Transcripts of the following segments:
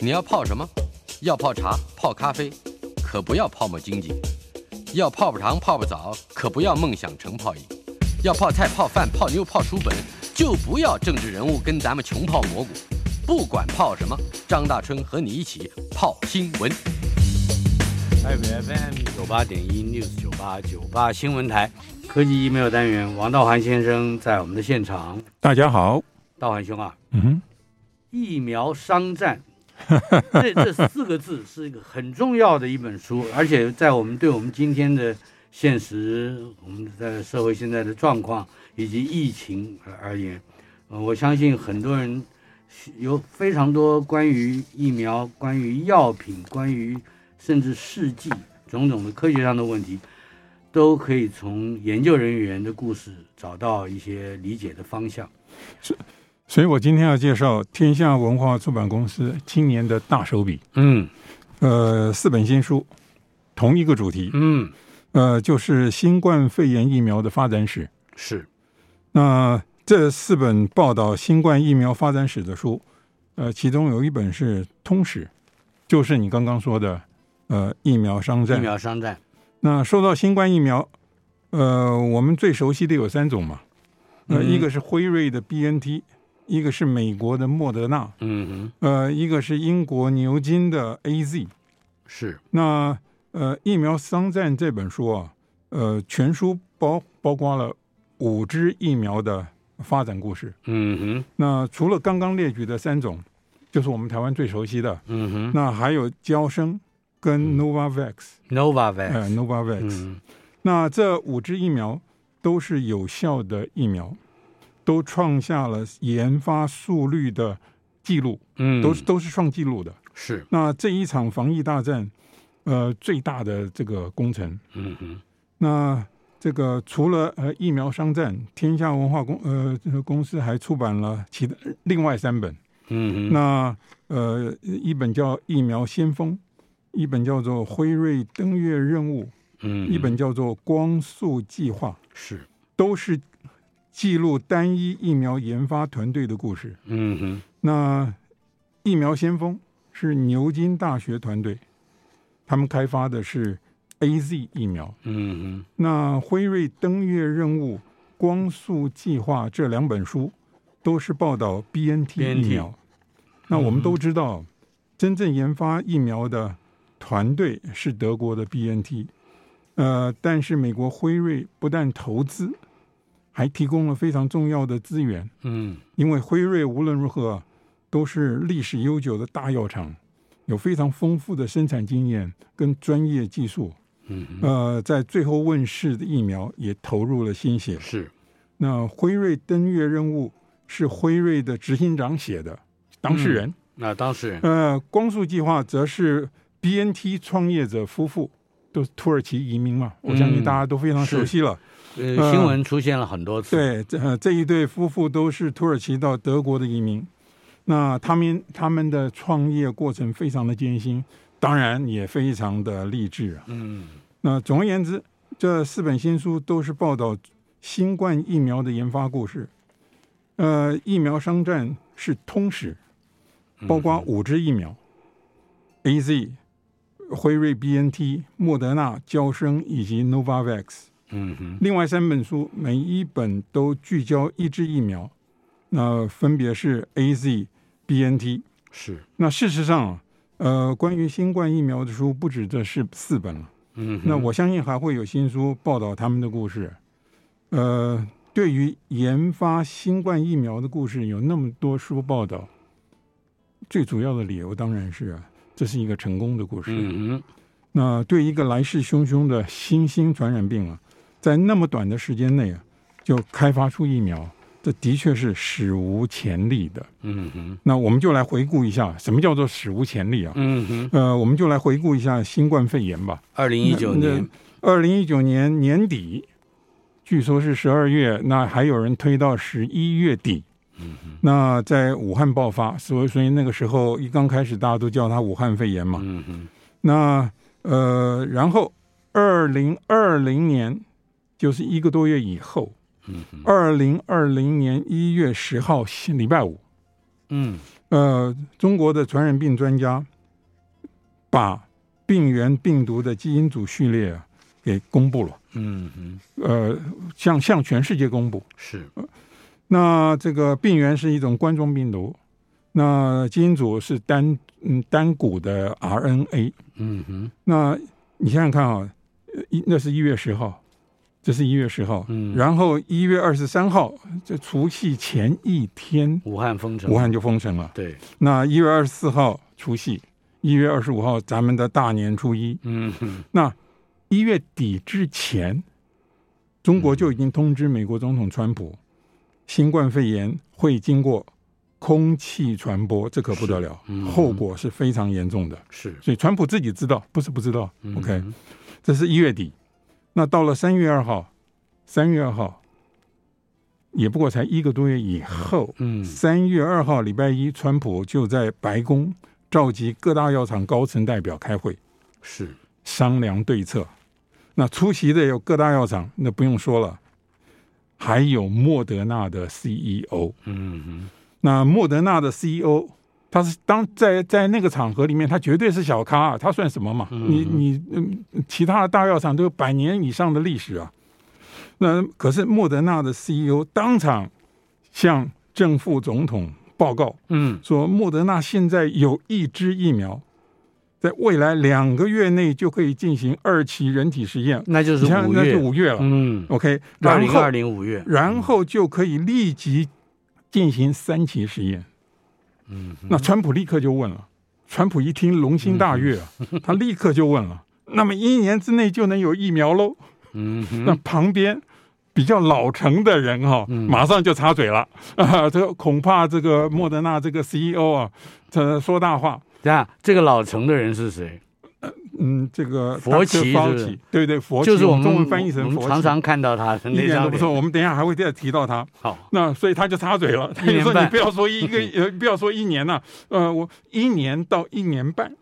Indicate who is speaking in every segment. Speaker 1: 你要泡什么？要泡茶、泡咖啡，可不要泡沫经济；要泡泡糖、泡泡澡，可不要梦想成泡影；要泡菜、泡饭、泡妞、泡书本，就不要政治人物跟咱们穷泡蘑菇。不管泡什么，张大春和你一起泡新闻。
Speaker 2: 台北 FM 九八点一 News 九八九八新闻台科技 email 单元，王道涵先生在我们的现场。
Speaker 3: 大家好，
Speaker 2: 道涵兄啊，
Speaker 3: 嗯哼，
Speaker 2: 疫苗商战，这这四个字是一个很重要的一本书，而且在我们对我们今天的现实、我们的社会现在的状况以及疫情而而言，呃我相信很多人有非常多关于疫苗、关于药品、关于甚至试剂种种的科学上的问题，都可以从研究人员的故事找到一些理解的方向。
Speaker 3: 所以我今天要介绍天下文化出版公司今年的大手笔，
Speaker 2: 嗯
Speaker 3: 呃，四本新书，同一个主题，
Speaker 2: 嗯，
Speaker 3: 呃，就是新冠肺炎疫苗的发展史。
Speaker 2: 是
Speaker 3: 那这四本报道新冠疫苗发展史的书，呃，其中有一本是通史，就是你刚刚说的，呃，疫苗商
Speaker 2: 疫
Speaker 3: 战。
Speaker 2: 苗商战，
Speaker 3: 那说到新冠疫苗，呃，我们最熟悉的有三种嘛，呃，
Speaker 2: 嗯
Speaker 3: 一个是辉瑞的 BNT，一个是美国的莫德纳，
Speaker 2: 嗯哼。
Speaker 3: 呃，一个是英国牛津的 AZ。
Speaker 2: 是，
Speaker 3: 那呃，《疫苗商战》这本书啊，呃，全书包包括了五支疫苗的发展故事。
Speaker 2: 嗯哼，
Speaker 3: 那除了刚刚列举的三种，就是我们台湾最熟悉的，
Speaker 2: 嗯哼
Speaker 3: 那还有交生跟 Novavax，、
Speaker 2: ，Novavax，
Speaker 3: 呃，Novavax。
Speaker 2: 嗯
Speaker 3: 那这五支疫苗都是有效的疫苗，都创下了研发速率的记录，
Speaker 2: 嗯，
Speaker 3: 都是都是创纪录的。
Speaker 2: 是，
Speaker 3: 那这一场防疫大战，呃，最大的这个工程，
Speaker 2: 嗯哼，
Speaker 3: 那这个除了呃疫苗商战，天下文化公呃这个公司还出版了其他另外三本，
Speaker 2: 嗯哼，
Speaker 3: 那呃一本叫《疫苗先锋》，一本叫做《辉瑞登月任务》，
Speaker 2: 嗯哼，
Speaker 3: 一本叫做《光速计划》，
Speaker 2: 是，
Speaker 3: 都是记录单一疫苗研发团队的故事。
Speaker 2: 嗯哼，
Speaker 3: 那疫苗先锋是牛津大学团队，他们开发的是 A Z 疫苗。
Speaker 2: 嗯
Speaker 3: 那辉瑞登月任务、光速计划这两本书都是报道 B N T 嗯
Speaker 2: BNT
Speaker 3: 疫苗。那我们都知道，真正研发疫苗的团队是德国的 B N T，呃，但是美国辉瑞不但投资，还提供了非常重要的资源。
Speaker 2: 哼，嗯，
Speaker 3: 因为辉瑞无论如何都是历史悠久的大药厂，有非常丰富的生产经验跟专业技术。
Speaker 2: 嗯哼，
Speaker 3: 呃，在最后问世的疫苗也投入了心血。
Speaker 2: 是，
Speaker 3: 那辉瑞登月任务是辉瑞的执行长写的，当事人。
Speaker 2: 那当事人，
Speaker 3: 呃，光速计划则是 BNT 创业者夫妇，都是土耳其移民嘛，我相信大家都非常
Speaker 2: 是
Speaker 3: 熟悉了。
Speaker 2: 呃，
Speaker 3: 呃
Speaker 2: 新闻出现了很多次，，
Speaker 3: 对，这、呃、这一对夫妇都是土耳其到德国的移民。那他们他们的创业过程非常的艰辛，当然也非常的励志啊。
Speaker 2: 嗯，
Speaker 3: 那总而言之，这四本新书都是报道新冠疫苗的研发故事。呃，疫苗商战是通史，包括五支疫苗、a Z、辉瑞、BNT、莫德纳、交生以及 Novavax。
Speaker 2: 嗯哼，
Speaker 3: 另外三本书，每一本都聚焦一支疫苗，那分别是 A Z、B N T。
Speaker 2: 是，
Speaker 3: 那事实上啊，呃，关于新冠疫苗的书不止这是四本了。
Speaker 2: 嗯哼，
Speaker 3: 那我相信还会有新书报道他们的故事。呃，对于研发新冠疫苗的故事，有那么多书报道，最主要的理由当然是啊这是一个成功的故事。
Speaker 2: 嗯哼，
Speaker 3: 那对一个来势汹汹的新兴传染病啊，在那么短的时间内啊，就开发出疫苗，这的确是史无前例的。
Speaker 2: 嗯哼，
Speaker 3: 那我们就来回顾一下，什么叫做史无前例啊？
Speaker 2: 嗯哼，
Speaker 3: 呃，我们就来回顾一下新冠肺炎吧。
Speaker 2: 二零一九年，
Speaker 3: 二零一九年年底，据说是十二月，那还有人推到十一月底。
Speaker 2: 嗯
Speaker 3: 那在武汉爆发，所以所以那个时候一刚开始，大家都叫它武汉肺炎嘛。
Speaker 2: 嗯哼，
Speaker 3: 那呃，然后二零二零年就是一个多月以后，
Speaker 2: 嗯哼，
Speaker 3: 二零二零年一月十号星礼拜五，
Speaker 2: 嗯
Speaker 3: 呃，中国的传染病专家把病原病毒的基因组序列啊给公布了，
Speaker 2: 嗯嗯，
Speaker 3: 呃，向向全世界公布。
Speaker 2: 是，
Speaker 3: 那这个病原是一种冠状病毒，那基因组是单嗯单股的 RNA。
Speaker 2: 嗯哼，
Speaker 3: 那你想想看啊，呃一那是一月十号，这是一月十号，
Speaker 2: 嗯
Speaker 3: 然后一月二十三号，这除夕前一天，
Speaker 2: 武汉封城，
Speaker 3: 武汉就封城了。
Speaker 2: 对，
Speaker 3: 那一月二十四号除夕，一月二十五号咱们的大年初一，
Speaker 2: 嗯哼，
Speaker 3: 那一月底之前，中
Speaker 2: 嗯
Speaker 3: 国就已经通知美国总统川普，新冠肺炎会经过空气传播，这可不得了，
Speaker 2: 嗯
Speaker 3: 后果是非常严重的。
Speaker 2: 是
Speaker 3: 所以川普自己知道，不是不知道。
Speaker 2: 嗯
Speaker 3: OK，这是一月底，那到了三月二号，三月二号，也不过才一个多月以后，
Speaker 2: 嗯
Speaker 3: 三月二号礼拜一，川普就在白宫召集各大药厂高层代表开会，
Speaker 2: 是，
Speaker 3: 商量对策。那出席的有各大药厂，那不用说了，还有莫德纳的 CEO。
Speaker 2: 嗯哼，
Speaker 3: 那莫德纳的 CEO，他是当在在那个场合里面，他绝对是小咖、啊，他算什么嘛？
Speaker 2: 嗯
Speaker 3: 你你嗯，其他的大药厂都有百年以上的历史啊。那可是莫德纳的 CEO 当场向正副总统报告
Speaker 2: 嗯
Speaker 3: 说，莫德纳现在有一支疫苗，在未来两个月内就可以进行二期人体实验。
Speaker 2: 那就是
Speaker 3: 你看，
Speaker 2: 五
Speaker 3: 那
Speaker 2: 月
Speaker 3: 是，五月了。
Speaker 2: 嗯，
Speaker 3: OK，
Speaker 2: 二
Speaker 3: 然
Speaker 2: 零
Speaker 3: 后
Speaker 2: 二零五月，
Speaker 3: 然后就可以立即进行三期实验。
Speaker 2: 嗯，
Speaker 3: 那川普立刻就问了，川普一听龙心大悦啊，
Speaker 2: 嗯
Speaker 3: 他立刻就问了，那么一年之内就能有疫苗喽？
Speaker 2: 嗯哼，
Speaker 3: 那旁边。比较老成的人哈、
Speaker 2: 嗯
Speaker 3: 马上就插嘴了 啊、这个恐怕这个莫德纳这个 CEO 啊，他说大话。
Speaker 2: 这样这个老成的人是谁？
Speaker 3: 嗯，这个
Speaker 2: 佛奇
Speaker 3: Dr. Fauci，
Speaker 2: 是不是
Speaker 3: 对对，佛奇，
Speaker 2: 就是
Speaker 3: 我
Speaker 2: 们
Speaker 3: 中文翻译成
Speaker 2: 我们
Speaker 3: 佛奇，
Speaker 2: 常常看到他的
Speaker 3: 一
Speaker 2: 那
Speaker 3: 点
Speaker 2: 张
Speaker 3: 都不错。
Speaker 2: 脸。
Speaker 3: 我们等一下还会再提到他。
Speaker 2: 好，
Speaker 3: 那所以他就插嘴了， 他
Speaker 2: 一
Speaker 3: 就
Speaker 2: 年
Speaker 3: 说
Speaker 2: 半
Speaker 3: 你不要说 一个呃，不要说一年呐、呃，我一年到一年半，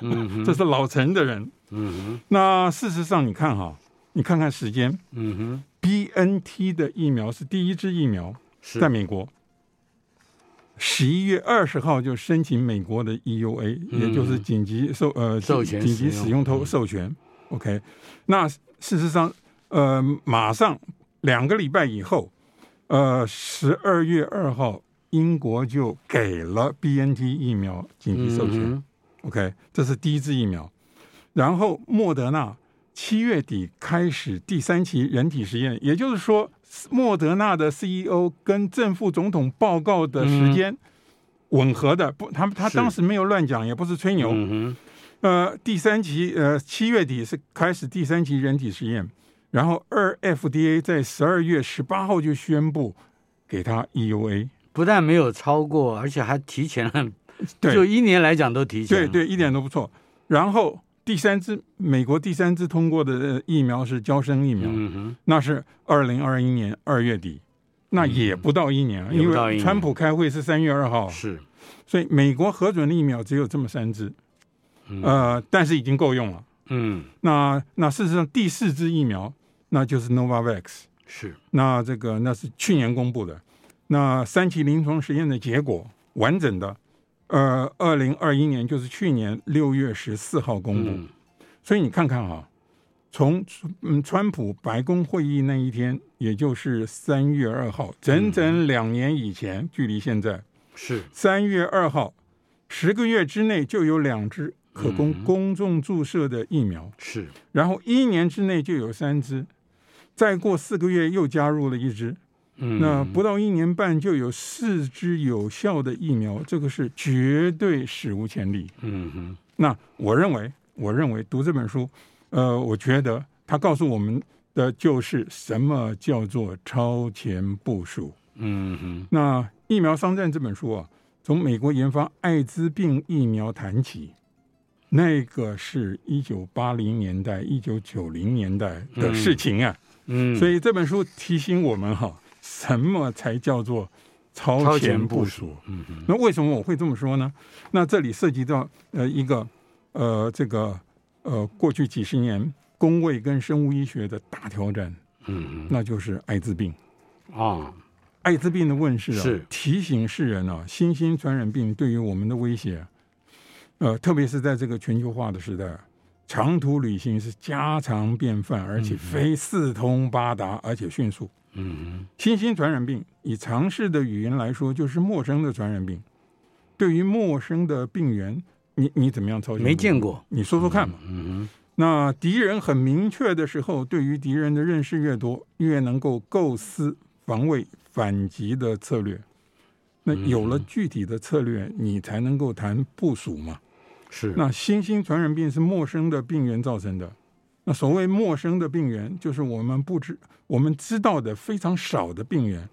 Speaker 2: 嗯哼，
Speaker 3: 这是老陈的人。
Speaker 2: 嗯哼，
Speaker 3: 那事实上，你看哈，你看看时间
Speaker 2: 嗯哼，
Speaker 3: ，B N T 的疫苗是第一支疫苗，
Speaker 2: 是
Speaker 3: 在美国，十一月二十号就申请美国的 E U A，、
Speaker 2: 嗯
Speaker 3: 也就是紧急授呃
Speaker 2: 授权
Speaker 3: 紧急
Speaker 2: 使用
Speaker 3: 使用投
Speaker 2: 嗯
Speaker 3: 授权。OK，那事实上，呃，马上两个礼拜以后，呃，十二月二号，英国就给了 B N T 疫苗紧急授权。
Speaker 2: 嗯
Speaker 3: OK，这是第一支疫苗。然后莫德纳七月底开始第三期人体实验，也就是说，莫德纳的 CEO 跟正副总统报告的时间吻合的，不，他们他
Speaker 2: 嗯是
Speaker 3: 当时没有乱讲，也不是吹
Speaker 2: 哼
Speaker 3: 牛。
Speaker 2: 嗯
Speaker 3: 呃，第三期呃七月底是开始第三期人体实验，然后二 FDA 在十二月十八号就宣布给他 E EUA，
Speaker 2: 哼，不但没有超过，而且还提前了，
Speaker 3: 对，
Speaker 2: 就一年来讲都提前
Speaker 3: 对
Speaker 2: 了。
Speaker 3: 对，一点都不错。然后第三支美国第三支通过的呃疫苗是胶生疫苗，
Speaker 2: 嗯哼，
Speaker 3: 那是二零二一年二月底，那也不到一年，啊
Speaker 2: 嗯也
Speaker 3: 因
Speaker 2: 不到一
Speaker 3: 为
Speaker 2: 年
Speaker 3: 川普开会是三月二号，
Speaker 2: 是，
Speaker 3: 所以美国核准的疫苗只有这么三支，呃，但是已经够用了。
Speaker 2: 嗯，
Speaker 3: 那那事实上第四支疫苗那就是 Novavax，
Speaker 2: 是，
Speaker 3: 那这个那是去年公布的，那三期临床实验的结果完整的，呃，二零二一年就是去年六月十四号公布。
Speaker 2: 嗯
Speaker 3: 所以你看看哈，从嗯川普白宫会议那一天，也就是三月二号，整整两年以
Speaker 2: 嗯
Speaker 3: 前，距离现在
Speaker 2: 是，
Speaker 3: 三月二号，十个月之内就有两支可供
Speaker 2: 嗯
Speaker 3: 公众注射的疫苗，
Speaker 2: 是，
Speaker 3: 然后一年之内就有三支，再过四个月又加入了一支，
Speaker 2: 嗯，
Speaker 3: 那不到一年半就有四支有效的疫苗，这个是绝对史无前例。
Speaker 2: 嗯哼，
Speaker 3: 那我认为，我认为读这本书，呃，我觉得它告诉我们的就是什么叫做超前部署。
Speaker 2: 嗯哼，
Speaker 3: 那《疫苗商战》这本书啊，从美国研发艾滋病疫苗谈起，那个是一九八零年代、一九九零年代的事情啊。
Speaker 2: 嗯，
Speaker 3: 所
Speaker 2: 以
Speaker 3: 以这本书提醒我们哈、什么才叫做
Speaker 2: 超
Speaker 3: 超
Speaker 2: 前
Speaker 3: 前
Speaker 2: 部
Speaker 3: 部
Speaker 2: 署
Speaker 3: 署？
Speaker 2: 嗯哼，
Speaker 3: 那为什么我会这么说呢？那这里涉及到呃一个呃这个呃过去几十年工卫跟生物医学的大挑战，
Speaker 2: 嗯
Speaker 3: 那就是艾滋病。
Speaker 2: 哼，啊，
Speaker 3: 艾滋病的问世啊，
Speaker 2: 是
Speaker 3: 提醒世人啊，新兴传染病对于我们的威胁，呃，特别是在这个全球化的时代，长途旅行是家常便饭，而且非四通八达，而且迅速。
Speaker 2: 嗯
Speaker 3: 新兴传染病以常识的语言来说，就是陌生的传染病。对于陌生的病源，你你怎么样操
Speaker 2: 哼，
Speaker 3: 心？
Speaker 2: 没见，过，
Speaker 3: 你说说看嘛。
Speaker 2: 嗯
Speaker 3: 那敌人很明确的时候，对于敌人的认识越多，越能够构思防卫反击的策略。那
Speaker 2: 嗯
Speaker 3: 有了具体的策略，你才能够谈部署嘛。
Speaker 2: 哼，是，
Speaker 3: 那新兴传染病是陌生的病源造成的。那所谓陌生的病源，就是我们不知我们知道的非常少的病源。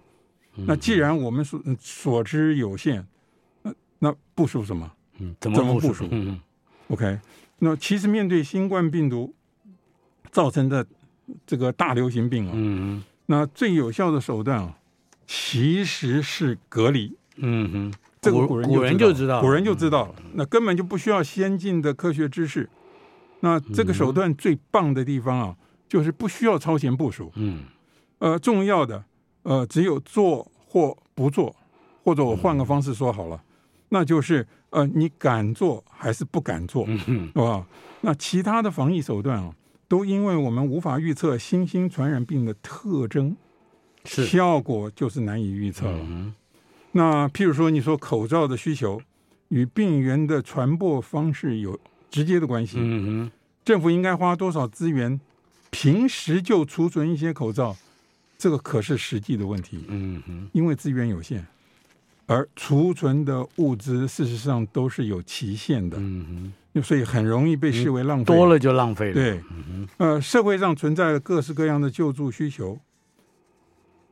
Speaker 3: 那既然我们所所知有限，那那部署什么
Speaker 2: 嗯怎
Speaker 3: 怎么
Speaker 2: 么部
Speaker 3: 部
Speaker 2: 署
Speaker 3: 署？
Speaker 2: 嗯哼
Speaker 3: ？OK，那其实面对新冠病毒造成的这个大流行病啊，
Speaker 2: 嗯哼
Speaker 3: 那最有效的手段啊，其实是隔离。
Speaker 2: 嗯哼，
Speaker 3: 这个
Speaker 2: 古
Speaker 3: 古人
Speaker 2: 古人就知道，嗯
Speaker 3: 古人就知道了，那根本就不需要先进的科学知识。那这
Speaker 2: 嗯
Speaker 3: 个手段最棒的地方啊，就是不需要超前部署。
Speaker 2: 嗯，
Speaker 3: 呃，重要的呃，只有做或不做，或者我换
Speaker 2: 嗯
Speaker 3: 个方式说好了，那就是呃，你敢做还是不敢做，
Speaker 2: 嗯
Speaker 3: 是吧？那其他的防疫手段啊，都因为我们无法预测新兴传染病的特征，
Speaker 2: 是
Speaker 3: 效果就是难以预测了。
Speaker 2: 嗯
Speaker 3: 那譬如说，你说口罩的需求与病源的传播方式有直接的关系，
Speaker 2: 嗯
Speaker 3: 政府应该花多少资源，平时就储存一些口罩，这个可是实际的问题，
Speaker 2: 嗯嗯
Speaker 3: 因为资源有限，而储存的物资事实上都是有期限的，
Speaker 2: 嗯
Speaker 3: 所以很容易被视为浪费。
Speaker 2: 哼，多了嗯就浪费了，，
Speaker 3: 对，呃，社会上存在了各式各样的救助需求，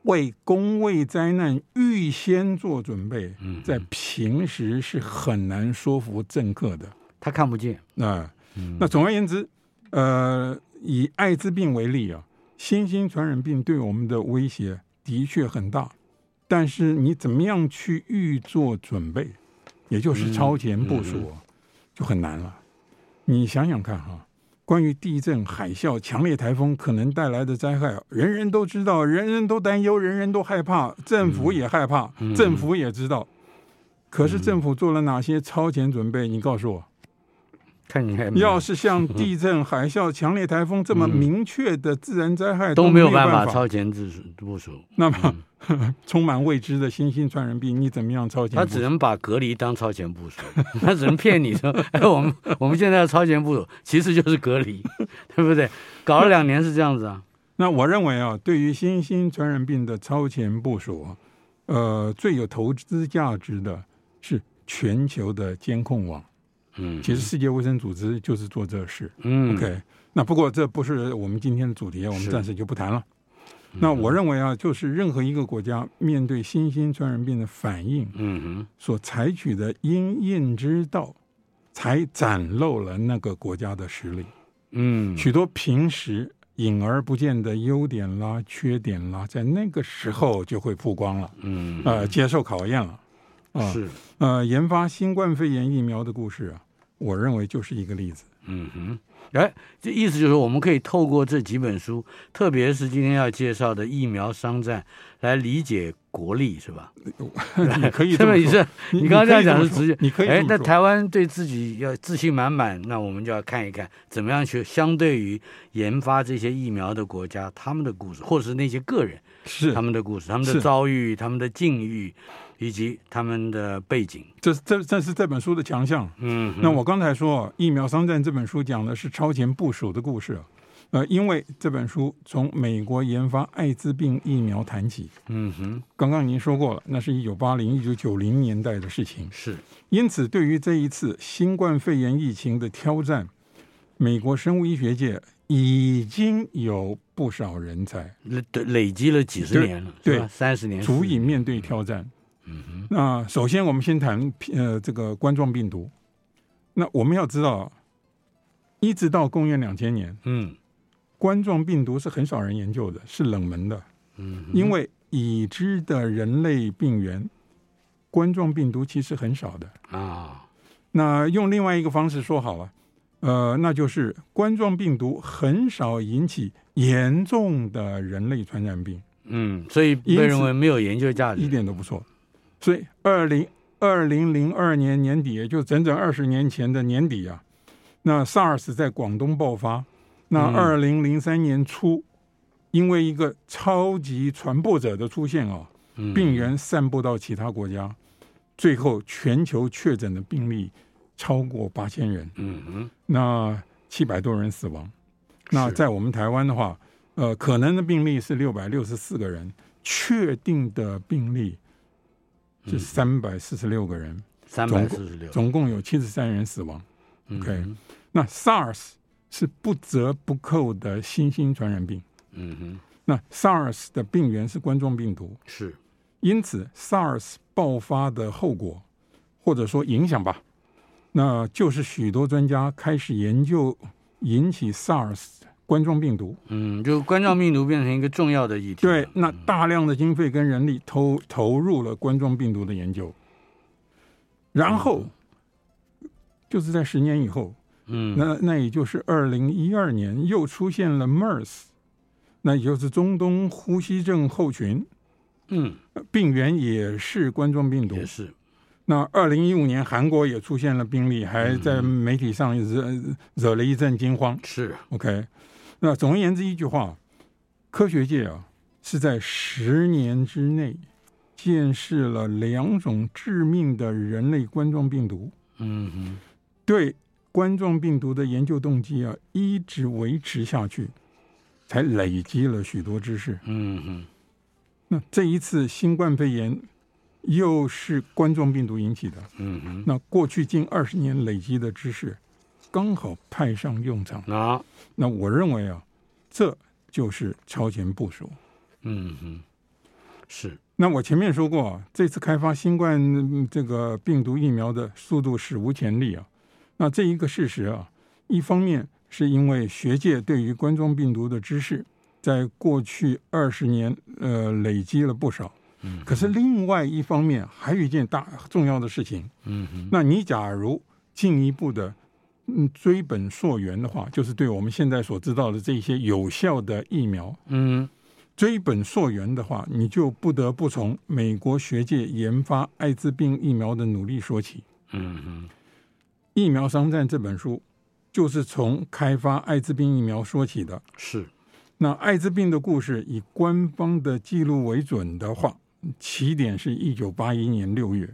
Speaker 3: 为公卫灾难预先做准备，
Speaker 2: 嗯
Speaker 3: 在平时是很难说服政客的。
Speaker 2: 他看不见，
Speaker 3: 那、啊
Speaker 2: 嗯
Speaker 3: 那总而言之，呃，以艾滋病为例啊，新兴传染病对我们的威胁的确很大，但是你怎么样去预做准备，也
Speaker 2: 嗯
Speaker 3: 就是超前部署啊、就很难了。你想想看哈、关于地震、海啸、强烈台风可能带来的灾害，人人都知道，人人都担忧，人人都害怕，政府也害怕，
Speaker 2: 嗯
Speaker 3: 政府也知道。可是政府做了哪些超前准备？你告诉我。
Speaker 2: 看你还没
Speaker 3: 要是像地震、海啸、强烈台风这么
Speaker 2: 嗯
Speaker 3: 明确的自然灾害
Speaker 2: 都
Speaker 3: 没
Speaker 2: 没有
Speaker 3: 办
Speaker 2: 办法，超前部署部署，
Speaker 3: 那么、 充满未知的新兴传染病，你怎么样超前
Speaker 2: 他
Speaker 3: 部署？
Speaker 2: 只能把隔离当超前 部署，他只能骗你说，哎，我们我们现在要超前部署，其实就是隔离， 对不对？搞了两年是这样子啊，
Speaker 3: 那我认为啊，对于新兴传染病的超前部署啊，呃，最有投资价值的是全球的监控网。
Speaker 2: 嗯
Speaker 3: 其实世界卫生组织就是做这事。
Speaker 2: 嗯
Speaker 3: OK，那不过这不是我们今天的主题，我们
Speaker 2: 是嗯
Speaker 3: 暂时就不谈了。那我认为啊，就是任何一个国家面对新兴传染病的反应，
Speaker 2: 嗯
Speaker 3: 所采取的因应之道，才展露了那个国家的实力。
Speaker 2: 哼嗯
Speaker 3: 许多平时隐而不见的优点啦、缺点啦，在那个时候就会曝光了，
Speaker 2: 嗯
Speaker 3: 呃，接受考验了。啊、
Speaker 2: 是
Speaker 3: 呃，研发新冠肺炎疫苗的故事啊，我认为就是一个例 子。
Speaker 2: 嗯哼，哎，这意思就是我们可以透过这几本书，特别是今天要介绍的《疫苗商战》，来理解国力，是吧？
Speaker 3: 你可以
Speaker 2: 这
Speaker 3: 这
Speaker 2: 么
Speaker 3: 么
Speaker 2: 意
Speaker 3: 说，
Speaker 2: 思。你刚刚这样讲是直接，
Speaker 3: 你可以这
Speaker 2: 哎
Speaker 3: 么，说
Speaker 2: 那台湾对自己要自信满满，那我们就要看一看怎么样去相对于研发这些疫苗的国家，他们的故事，或者是那些个人
Speaker 3: 是
Speaker 2: 他们的故事、他们的
Speaker 3: 是
Speaker 2: 遭遇、他们的境遇，以及他们的背景。
Speaker 3: 这这这是这本书的强项。
Speaker 2: 嗯哼，
Speaker 3: 那我刚才说《疫苗商战》这本书讲的是超前部署的故事啊，呃，因为这本书从美国研发艾滋病疫苗谈起。
Speaker 2: 嗯哼，
Speaker 3: 刚刚您说过了，那是一九八零、一九九零年代的事情。
Speaker 2: 是
Speaker 3: 因此，对于这一次新冠肺炎疫情的挑战，美国生物医学界已经有不少人才
Speaker 2: 累累积了几十
Speaker 3: 对
Speaker 2: 年了，
Speaker 3: 对
Speaker 2: 三十年嗯
Speaker 3: 足
Speaker 2: 40
Speaker 3: 以
Speaker 2: 年
Speaker 3: 面对挑战。那首先我们先谈呃这个冠状病毒。那我们要知道，一直到公元两千年，
Speaker 2: 嗯
Speaker 3: 冠状病毒是很少人研究的，是冷门的，
Speaker 2: 嗯哼，
Speaker 3: 因为已知的人类病源，冠状病毒其实很少的。
Speaker 2: 啊，
Speaker 3: 那用另外一个方式说好了，呃，那就是冠状病毒很少引起严重的人类传染病，
Speaker 2: 嗯，所以被认为没有研究价值。
Speaker 3: 一点都不错。所以，二零二零零二年年底，也就整整二十年前的年底啊，那 SARS 在广东爆发。那二零零三年初，因为一个超级传播者的出现啊，
Speaker 2: 嗯
Speaker 3: 病源散布到其他国家，最后全球确诊的病例超过八千人，
Speaker 2: 嗯嗯
Speaker 3: 那七百多人死亡。那
Speaker 2: 是
Speaker 3: 在我们台湾的话，呃，可能的病例是六百六十四个人，确定的病例
Speaker 2: 嗯
Speaker 3: 是三百四十六个人，
Speaker 2: 三百四十六。
Speaker 3: 总共有七十三人死亡。
Speaker 2: 嗯
Speaker 3: OK 那 SARS 是不折不扣的新兴传染病。
Speaker 2: 嗯哼，
Speaker 3: 那 SARS 的病源是冠状病毒，
Speaker 2: 是
Speaker 3: 因此 SARS 爆发的后果或者说影响吧，那就是许多专家开始研究引起 SARS 冠状病毒。
Speaker 2: 嗯，就冠状病毒变成一个重要的议题了。
Speaker 3: 对，那大量的经费跟人力投投入了冠状病毒的研究，然后就是在十年以后，
Speaker 2: 嗯
Speaker 3: 那那也就是二零一二年又出现了 MERS，那也就是中东呼吸症候群，
Speaker 2: 嗯，
Speaker 3: 呃病源也是冠状病毒
Speaker 2: 也。是。
Speaker 3: 那二零一五年韩国也出现了病例，还在媒体上惹惹了一阵惊慌。
Speaker 2: 是，
Speaker 3: OK，那总而言之一句话，科学界啊是在十年之内见识了两种致命的人类冠状病毒。
Speaker 2: 嗯哼，
Speaker 3: 对冠状病毒的研究动机啊，一直维持下去，才累积了许多知识。
Speaker 2: 嗯哼，
Speaker 3: 那这一次新冠肺炎又是冠状病毒引起的，
Speaker 2: 嗯哼，
Speaker 3: 那过去近二十年累积的知识，刚好派上用场。
Speaker 2: 那，
Speaker 3: 那我认为啊，这就是超前部署。
Speaker 2: 嗯哼，是，
Speaker 3: 那我前面说过啊，这次开发新冠嗯这个病毒疫苗的速度史无前例啊。那这一个事实啊，一方面是因为学界对于冠状病毒的知识，在过去二十年呃累积了不少。
Speaker 2: 嗯
Speaker 3: 可是另外一方面，还有一件大重要的事情，
Speaker 2: 嗯哼，
Speaker 3: 那你假如进一步的嗯追本溯源的话，就是对我们现在所知道的这些有效的疫苗，
Speaker 2: 嗯，
Speaker 3: 追本溯源的话，你就不得不从美国学界研发艾滋病疫苗的努力说起。
Speaker 2: 嗯哼，
Speaker 3: 《疫苗商战》这本书就是从开发艾滋病疫苗说起的。
Speaker 2: 是，
Speaker 3: 那艾滋病的故事以官方的记录为准的话，起点是一九八一年六月，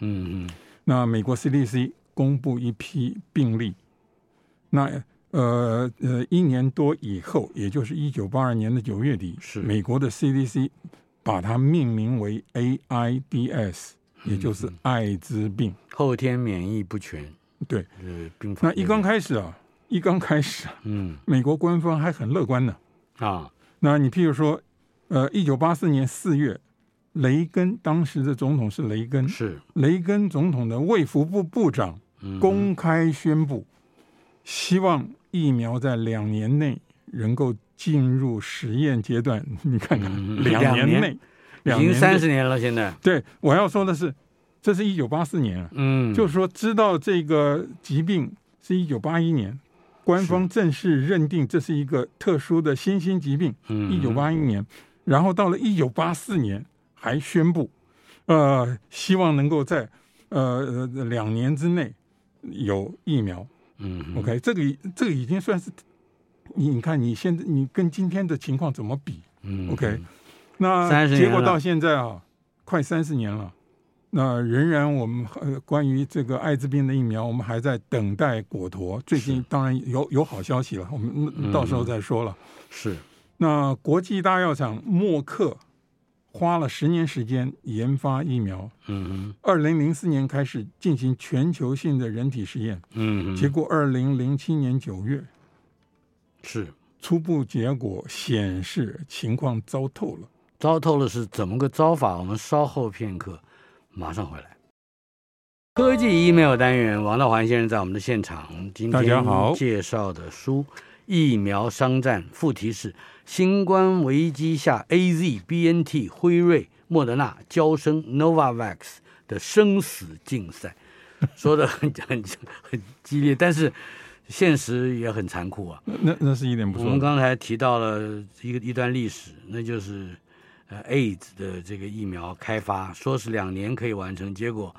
Speaker 2: 嗯哼，
Speaker 3: 那美国 CDC 公布一批病例，那呃呃一年多以后，也就是一九八二年的九月底，
Speaker 2: 是
Speaker 3: 美国的 CDC 把它命名为 AIDS，也就是艾滋病。
Speaker 2: 后天免疫不全，
Speaker 3: 对，
Speaker 2: 呃，病
Speaker 3: 那一刚，开始啊，一刚开始啊，
Speaker 2: 嗯
Speaker 3: 美国官方还很乐观呢。
Speaker 2: 啊，
Speaker 3: 那你譬如说，呃，一九八四年四月，雷根当时的总统是雷根，
Speaker 2: 是，
Speaker 3: 雷根总统的卫福部部长
Speaker 2: 嗯
Speaker 3: 公开宣布，希望疫苗在两年内能够进入实验阶段。 你看
Speaker 2: 嗯
Speaker 3: 看，
Speaker 2: 两
Speaker 3: 年
Speaker 2: 年
Speaker 3: 内，
Speaker 2: 已
Speaker 3: 两
Speaker 2: 经
Speaker 3: 年
Speaker 2: 三十
Speaker 3: 内。
Speaker 2: 年了，现在，
Speaker 3: 对，我要说的是，这是一九八四年啊，
Speaker 2: 嗯，
Speaker 3: 就是说知道这个疾病是一九八一年，官方正式认定这是一个特殊的新兴疾病。一
Speaker 2: 一
Speaker 3: 九，八一年，然后到了一九八四年还宣布，呃，希望能够在呃呃两年之内有疫苗。
Speaker 2: 嗯哼
Speaker 3: OK，这个已这个已经算是你你看你现在你跟今天的情况怎么比？
Speaker 2: 嗯
Speaker 3: OK
Speaker 2: 哼
Speaker 3: 那
Speaker 2: 30年
Speaker 3: 结果
Speaker 2: 了
Speaker 3: 到现在啊，快三十年了。那仍然，我们呃，关于这个艾滋病的疫苗，我们还在等待果陀。最近当然有有好消息了，我
Speaker 2: 嗯
Speaker 3: 们到时候再说了。
Speaker 2: 是，
Speaker 3: 那国际大药厂默克花了十年时间研发疫苗，
Speaker 2: 嗯哼，
Speaker 3: 二零零四年开始进行全球性的人体实验，
Speaker 2: 嗯哼，
Speaker 3: 结果二零零七年九月，
Speaker 2: 是
Speaker 3: 初步结果显示情况糟透了。
Speaker 2: 糟透了是怎么个糟法？我们稍后片刻，马上回来。科技 email 单元，王道环先生在我们的现场。我们今
Speaker 3: 大家好
Speaker 2: 天介绍的书《疫苗商战》，副题是“新冠危机下 A Z B N T 辉瑞、莫德纳、娇生 Novavax 的生死竞赛”，说的很很很激烈，但是现实也很残酷啊。
Speaker 3: 那那那是一点不
Speaker 2: 我
Speaker 3: 错
Speaker 2: 们
Speaker 3: 的。
Speaker 2: 刚才提到了一个一段历史，那就是呃 AIDS 的这个疫苗开发，说是两年可以完成，结果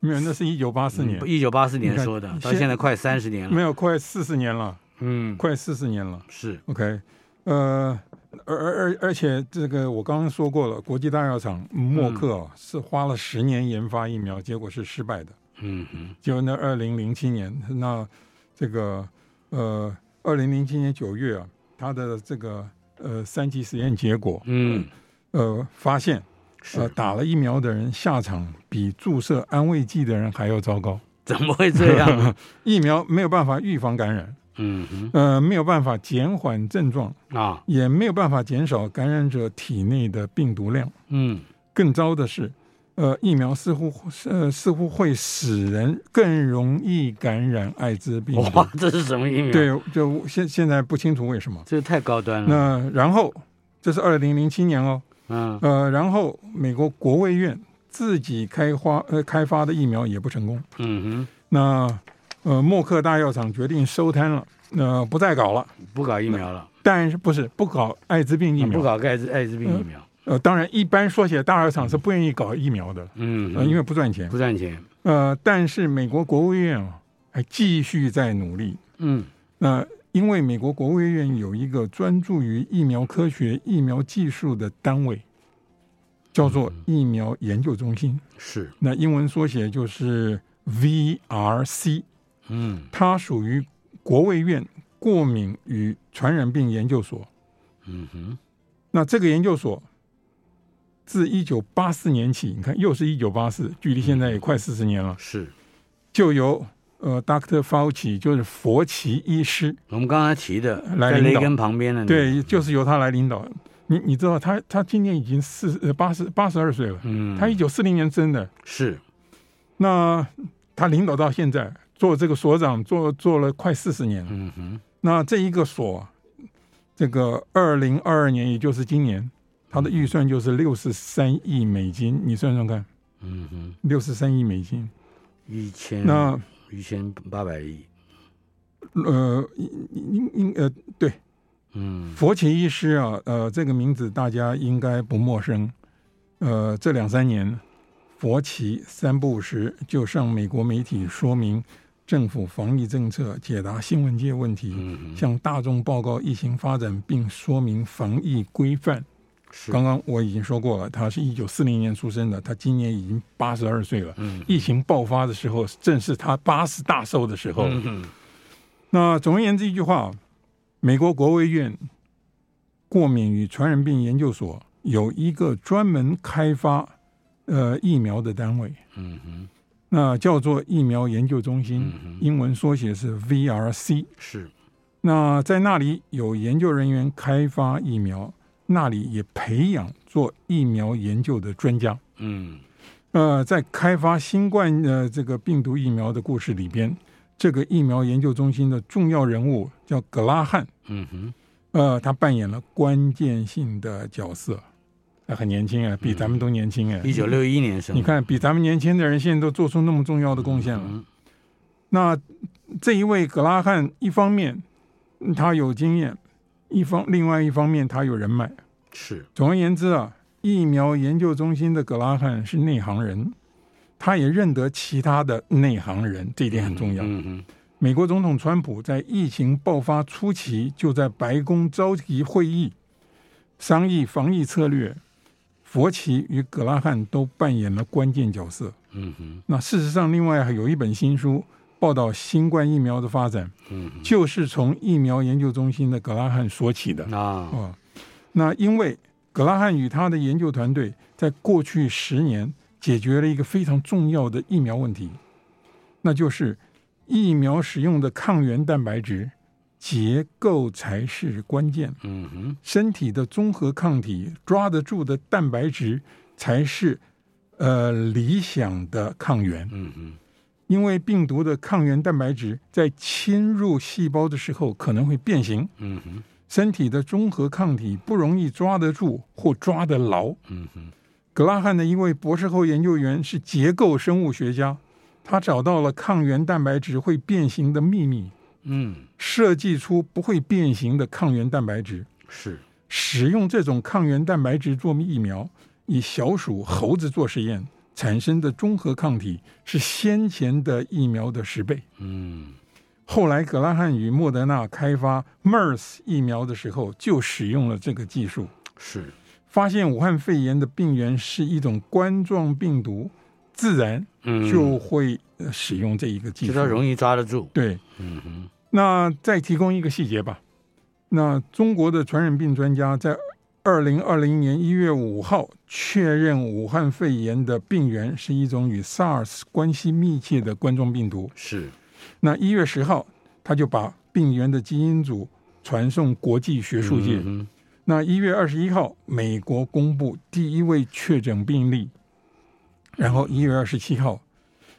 Speaker 3: 没有，那是一九八四年，
Speaker 2: 嗯一九八四年
Speaker 3: 你看
Speaker 2: 说的，到
Speaker 3: 现
Speaker 2: 现在快三十年了。
Speaker 3: 没有，快四十年了，
Speaker 2: 嗯，
Speaker 3: 快四十年了。
Speaker 2: 是
Speaker 3: OK，呃，而而而而且这个我刚刚说过了，国际大药厂默克啊、是花了十年研发疫苗，结果是失败的。
Speaker 2: 嗯哼，
Speaker 3: 就那二零零七年，那这个呃，二零零七年九月啊，它的这个呃三期实验结果，
Speaker 2: 嗯，
Speaker 3: 呃，发现呃
Speaker 2: 是，
Speaker 3: 打了疫苗的人下场比注射安慰剂的人还要糟糕。
Speaker 2: 怎么会这 样？
Speaker 3: 疫苗没有办法预防感染，
Speaker 2: 嗯哼，
Speaker 3: 呃，没有办法减缓症状，
Speaker 2: 啊，
Speaker 3: 也没有办法减少感染者体内的病毒量。
Speaker 2: 嗯，
Speaker 3: 更糟的是，呃，疫苗似乎呃似乎会使人更容易感染艾滋病毒。
Speaker 2: 哇，这是什么疫苗？，
Speaker 3: 对，就现现在不清楚为什么。
Speaker 2: 这个太高端了。
Speaker 3: 那然后，这是二零零七年哦，
Speaker 2: 嗯，
Speaker 3: 呃，然后美国国卫院自己开发呃开发的疫苗也不成功。
Speaker 2: 嗯
Speaker 3: 那呃，默克大药厂决定收摊了，呃，不再搞了。
Speaker 2: 哼，不搞疫苗了，
Speaker 3: 但是不是不搞艾滋病疫苗？
Speaker 2: 嗯不搞艾滋艾滋病疫苗。
Speaker 3: 呃，当然，一般说起来，大药厂是不愿意搞疫苗的，
Speaker 2: 嗯
Speaker 3: 呃，
Speaker 2: 哼，
Speaker 3: 因为不赚钱
Speaker 2: 不。赚钱。
Speaker 3: 呃，但是美国国务院啊，还继续在努力。
Speaker 2: 嗯，
Speaker 3: 那、因为美国国务院有一个专注于疫苗科学、疫苗技术的单位，叫做疫苗研究中心。
Speaker 2: 是，
Speaker 3: 那英文缩写就是 VRC，
Speaker 2: 嗯
Speaker 3: 它属于国卫院过敏与传染病研究所。
Speaker 2: 嗯哼，
Speaker 3: 那这个研究所自一九八四年起，你看又是一九八四，距离现在也快四十年了，
Speaker 2: 是。
Speaker 3: 就由呃 Dr. Fauci，就是佛奇医师，
Speaker 2: 我们刚才提的，
Speaker 3: 来
Speaker 2: 在
Speaker 3: 领
Speaker 2: 雷
Speaker 3: 导
Speaker 2: 根旁边的那个，
Speaker 3: 对，就是由他来领导。你你知道他他今年已经四呃八十八十二岁了，
Speaker 2: 嗯，
Speaker 3: 他一九四零年生的，
Speaker 2: 是，
Speaker 3: 那他领导到现在做这个所长做做了快四十年了。
Speaker 2: 嗯哼，
Speaker 3: 那这一个所，这个二零二二年，也就是今年，它的预算就是六十三亿美金，你算算看，
Speaker 2: 嗯哼，
Speaker 3: 六十三亿美金。
Speaker 2: 一千
Speaker 3: 那
Speaker 2: 一千八百亿，
Speaker 3: 呃，应应应呃，对，
Speaker 2: 嗯
Speaker 3: 佛奇医师啊，呃，这个名字大家应该不陌生。呃，这两三年，佛奇三不五时就上美国媒体说明政府防疫政策，解答新闻界问题，
Speaker 2: 嗯哼，
Speaker 3: 向大众报告疫情发展，并说明防疫规范。
Speaker 2: 是，
Speaker 3: 刚刚我已经说过了，他是一九四零年出生的，他今年已经八十二岁了。
Speaker 2: 嗯
Speaker 3: 疫情爆发的时候，正是他八十大寿的时候。
Speaker 2: 嗯哼，
Speaker 3: 那总而言之一句话，美国国卫院过敏与传染病研究所有一个专门开发呃疫苗的单位，
Speaker 2: 嗯哼，
Speaker 3: 那叫做疫苗研究中心，
Speaker 2: 嗯哼，
Speaker 3: 英文缩写是 VRC。
Speaker 2: 是，
Speaker 3: 那在那里有研究人员开发疫苗，那里也培养做疫苗研究的专家。
Speaker 2: 嗯
Speaker 3: 呃，在开发新冠呃这个病毒疫苗的故事里边，这个疫苗研究中心的重要人物叫格拉汉，
Speaker 2: 嗯哼，
Speaker 3: 呃，他扮演了关键性的角色，他很年轻啊，比咱们都年轻哎、
Speaker 2: 一九六一年生的，
Speaker 3: 你看，比咱们年轻的人现在都做出那么重要的贡献了。
Speaker 2: 嗯
Speaker 3: 那这一位格拉汉，一方面嗯他有经验，一方另外一方面他有人脉。
Speaker 2: 是，
Speaker 3: 总而言之啊，疫苗研究中心的格拉汉是内行人，他也认得其他的内行人，这一点很重要。
Speaker 2: 嗯哼，
Speaker 3: 美国总统川普在疫情爆发初期就在白宫召集会议，商议防疫策略。佛奇与葛拉汉都扮演了关键角色。
Speaker 2: 嗯哼，
Speaker 3: 那事实上，另外还有一本新书报道新冠疫苗的发展，
Speaker 2: 嗯哼，
Speaker 3: 就是从疫苗研究中心的葛拉汉说起的。
Speaker 2: 那
Speaker 3: 哦，那因为格拉汉与他的研究团队在过去十年解决了一个非常重要的疫苗问题，那就是疫苗使用的抗原蛋白质结构才是关键，
Speaker 2: 嗯哼，
Speaker 3: 身体的综合抗体抓得住的蛋白质才是呃理想的抗原。
Speaker 2: 嗯哼，
Speaker 3: 因为病毒的抗原蛋白质在侵入细胞的时候可能会变形，
Speaker 2: 嗯哼，
Speaker 3: 身体的综合抗体不容易抓得住或抓得牢。
Speaker 2: 嗯哼，
Speaker 3: 格拉汉的一位博士后研究员是结构生物学家，他找到了抗原蛋白质会变形的秘密，
Speaker 2: 嗯
Speaker 3: 设计出不会变形的抗原蛋白质，
Speaker 2: 是，
Speaker 3: 使用这种抗原蛋白质做疫苗，以小鼠、猴子做实验产生的中和抗体是先前的疫苗的十倍。
Speaker 2: 嗯
Speaker 3: 后来格拉汉与莫德纳开发 MERS 疫苗的时候，就使用了这个技术。
Speaker 2: 是
Speaker 3: 发现武汉肺炎的病源是一种冠状病毒，自然
Speaker 2: 嗯
Speaker 3: 就会呃使用这一个技
Speaker 2: 比
Speaker 3: 术。
Speaker 2: 较容易抓得住。
Speaker 3: 对，
Speaker 2: 嗯哼，
Speaker 3: 那再提供一个细节吧。那中国的传染病专家在二零二零年一月五号确认，武汉肺炎的病源是一种与 SARS 关系密切的冠状病毒。
Speaker 2: 是
Speaker 3: 那一月十号，他就把病源的基因组传送国际学术界。
Speaker 2: 嗯
Speaker 3: 那一月二十一号，美国公布第一位确诊病例，然后一月二十七号，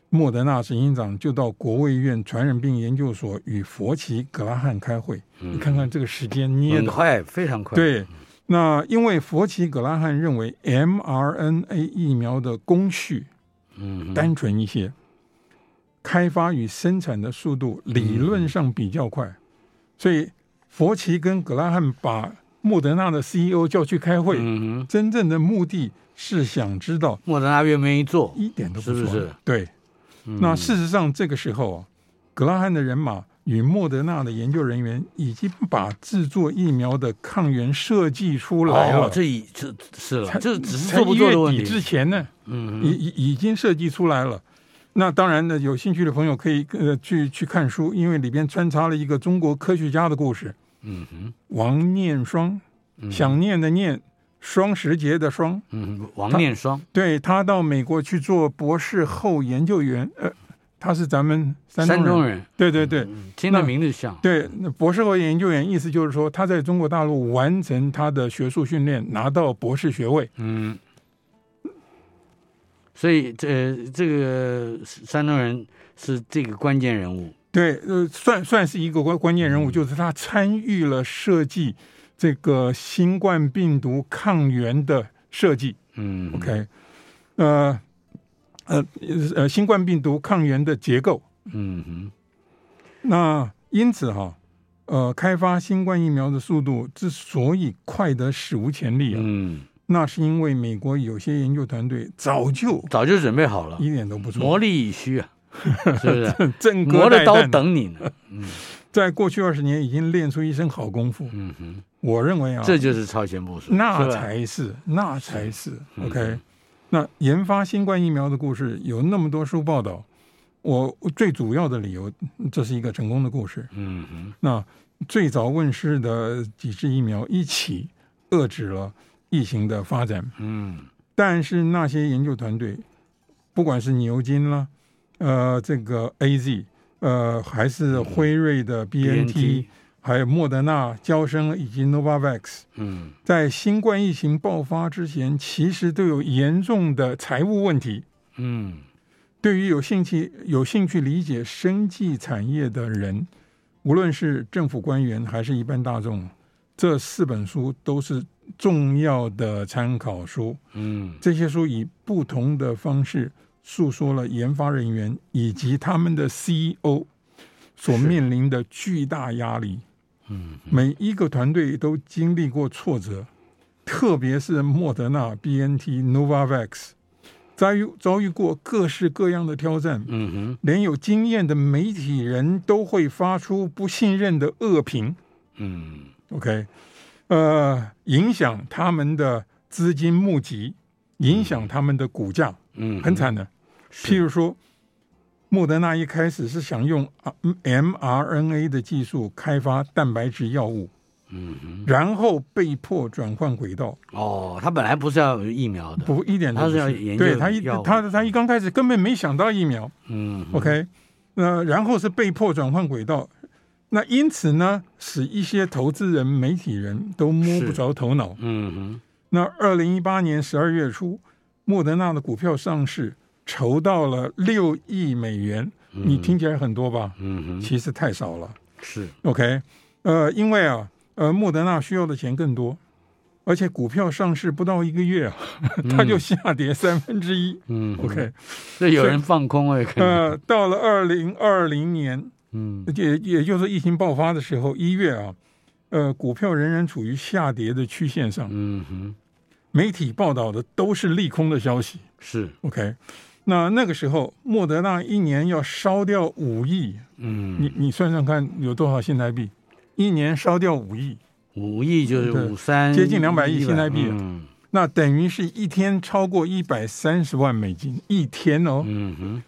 Speaker 3: 莫德纳执行长就到国卫院传染病研究所与佛奇格拉汉开会。你看看这个时间
Speaker 2: 哼
Speaker 3: 捏
Speaker 2: 很
Speaker 3: 的，
Speaker 2: 快，非常快。，
Speaker 3: 对。那因为佛奇格拉汉认为 mRNA 疫苗的工序
Speaker 2: 嗯哼，
Speaker 3: 单纯一些，开发与生产的速度理论上比较快，
Speaker 2: 嗯
Speaker 3: 所以佛奇跟格拉汉把莫德纳的 CEO 叫去开会，
Speaker 2: 嗯哼，
Speaker 3: 真正的目的是想知道
Speaker 2: 莫德纳愿不愿意做？
Speaker 3: 一点都不
Speaker 2: 是不
Speaker 3: 错
Speaker 2: 是
Speaker 3: 对，
Speaker 2: 嗯
Speaker 3: 那事实上这个时候啊，格拉汉的人马与莫德纳的研究人员已经把制作疫苗的抗原设计出来了。
Speaker 2: 哦这已这是了，
Speaker 3: 才
Speaker 2: 这只是
Speaker 3: 才
Speaker 2: 做不
Speaker 3: 一
Speaker 2: 做
Speaker 3: 月
Speaker 2: 的问
Speaker 3: 底之
Speaker 2: 题。
Speaker 3: 前呢，
Speaker 2: 嗯
Speaker 3: 已
Speaker 2: 哼，
Speaker 3: 已已经设计出来了。那当然呢，有兴趣的朋友可以呃去去看书，因为里边穿插了一个中国科学家的故事。
Speaker 2: 嗯哼，
Speaker 3: 王念双，想念的念，双十节的双，
Speaker 2: 嗯哼，王念双，
Speaker 3: 对他到美国去做博士后研究员，呃，他是咱们山
Speaker 2: 山
Speaker 3: 东
Speaker 2: 东
Speaker 3: 人，
Speaker 2: 人，
Speaker 3: 对对对
Speaker 2: 嗯，听着
Speaker 3: 那
Speaker 2: 名字像。
Speaker 3: 对，那博士后研究员意思就是说他在中国大陆完成他的学术训练，拿到博士学位。
Speaker 2: 嗯，所以这这个山东人是这个关键人物。
Speaker 3: 对，呃，算算是一个关关键人物，
Speaker 2: 嗯
Speaker 3: 就是他参与了设计这个新冠病毒抗原的设计。
Speaker 2: 嗯
Speaker 3: OK，呃呃呃，新冠病毒抗原的结构。
Speaker 2: 嗯哼，
Speaker 3: 那因此哈、呃，开发新冠疫苗的速度之所以快得史无前例啊，
Speaker 2: 嗯，
Speaker 3: 那是因为美国有些研究团队早就
Speaker 2: 早就准备好了，
Speaker 3: 一点都不错，
Speaker 2: 啊磨砺以虚 啊，是不是？
Speaker 3: 正
Speaker 2: 磨
Speaker 3: 哥
Speaker 2: 着刀，等你呢。
Speaker 3: 在过去二十年已经练出一身好功夫。
Speaker 2: 嗯哼，
Speaker 3: 我认为啊，
Speaker 2: 这就是超前部署，
Speaker 3: 那
Speaker 2: 是吧
Speaker 3: 才是，那才是。
Speaker 2: 嗯
Speaker 3: OK，那研发新冠疫苗的故事有那么多书报道，我最主要的理由，这是一个成功的故事。
Speaker 2: 嗯哼，
Speaker 3: 那最早问世的几支疫苗一起遏制了疫情的发展，
Speaker 2: 嗯
Speaker 3: 但是那些研究团队，不管是牛津啦，呃，这个 A Z，呃，还是辉瑞的 B N T，还有莫德纳、交生以及 Novavax。
Speaker 2: 嗯
Speaker 3: 在新冠疫情爆发之前，其实都有严重的财务问题。
Speaker 2: 嗯
Speaker 3: 对于有兴趣有兴趣理解生技产业的人，无论是政府官员还是一般大众，这四本书都是重要的参考书。
Speaker 2: 嗯
Speaker 3: 这些书以不同的方式诉说了研发人员以及他们的 CEO 所面临的巨大压力。
Speaker 2: 嗯，
Speaker 3: 每一个团队都经历过挫折，特别是莫德纳、B N T、Novavax，遭遇遭遇过各式各样的挑战，
Speaker 2: 嗯哼，
Speaker 3: 连有经验的媒体人都会发出不信任的恶评。
Speaker 2: 嗯
Speaker 3: OK，呃，影响他们的资金募集，影响他们的股价，
Speaker 2: 嗯，
Speaker 3: 很惨的。
Speaker 2: 是，
Speaker 3: 譬如说，莫德纳一开始是想用啊 mRNA 的技术开发蛋白质药物，
Speaker 2: 嗯哼，
Speaker 3: 然后被迫转换轨道，
Speaker 2: 哦，他本来不是要有疫苗的，
Speaker 3: 不一点都不
Speaker 2: 他是要研究
Speaker 3: 对他一
Speaker 2: 药物
Speaker 3: 他他一刚开始根本没想到疫苗、
Speaker 2: 嗯
Speaker 3: o k 那然后是被迫转换轨道，那因此呢，使一些投资人、媒体人都摸
Speaker 2: 是
Speaker 3: 不着头脑。
Speaker 2: 嗯哼，
Speaker 3: 那二零一八年十二月初，莫德纳的股票上市筹到了六亿美元，你听起来很多吧？
Speaker 2: 嗯哼，
Speaker 3: 其实太少了。
Speaker 2: 是，
Speaker 3: OK，呃，因为啊，呃，莫德纳需要的钱更多，而且股票上市不到一个月啊，它就下跌三分之一。
Speaker 2: 嗯哼
Speaker 3: OK，
Speaker 2: 所以有人放空哎，可能，
Speaker 3: 呃，到了二零二零年，
Speaker 2: 嗯
Speaker 3: 也也就是疫情爆发的时候，一月啊，呃，股票仍然处于下跌的曲线上，
Speaker 2: 嗯哼，
Speaker 3: 媒体报道的都是利空的消息。
Speaker 2: 是，
Speaker 3: OK，那那个时候莫德纳一年要烧掉五亿，
Speaker 2: 嗯，
Speaker 3: 你你算算看有多少新台币？一年烧掉五亿，
Speaker 2: 五亿就是
Speaker 3: 对
Speaker 2: 五三，
Speaker 3: 接近200亿
Speaker 2: 100
Speaker 3: 新台币了
Speaker 2: 嗯
Speaker 3: 那等于是一天超过一百三十万美金一天哦。
Speaker 2: 嗯哼，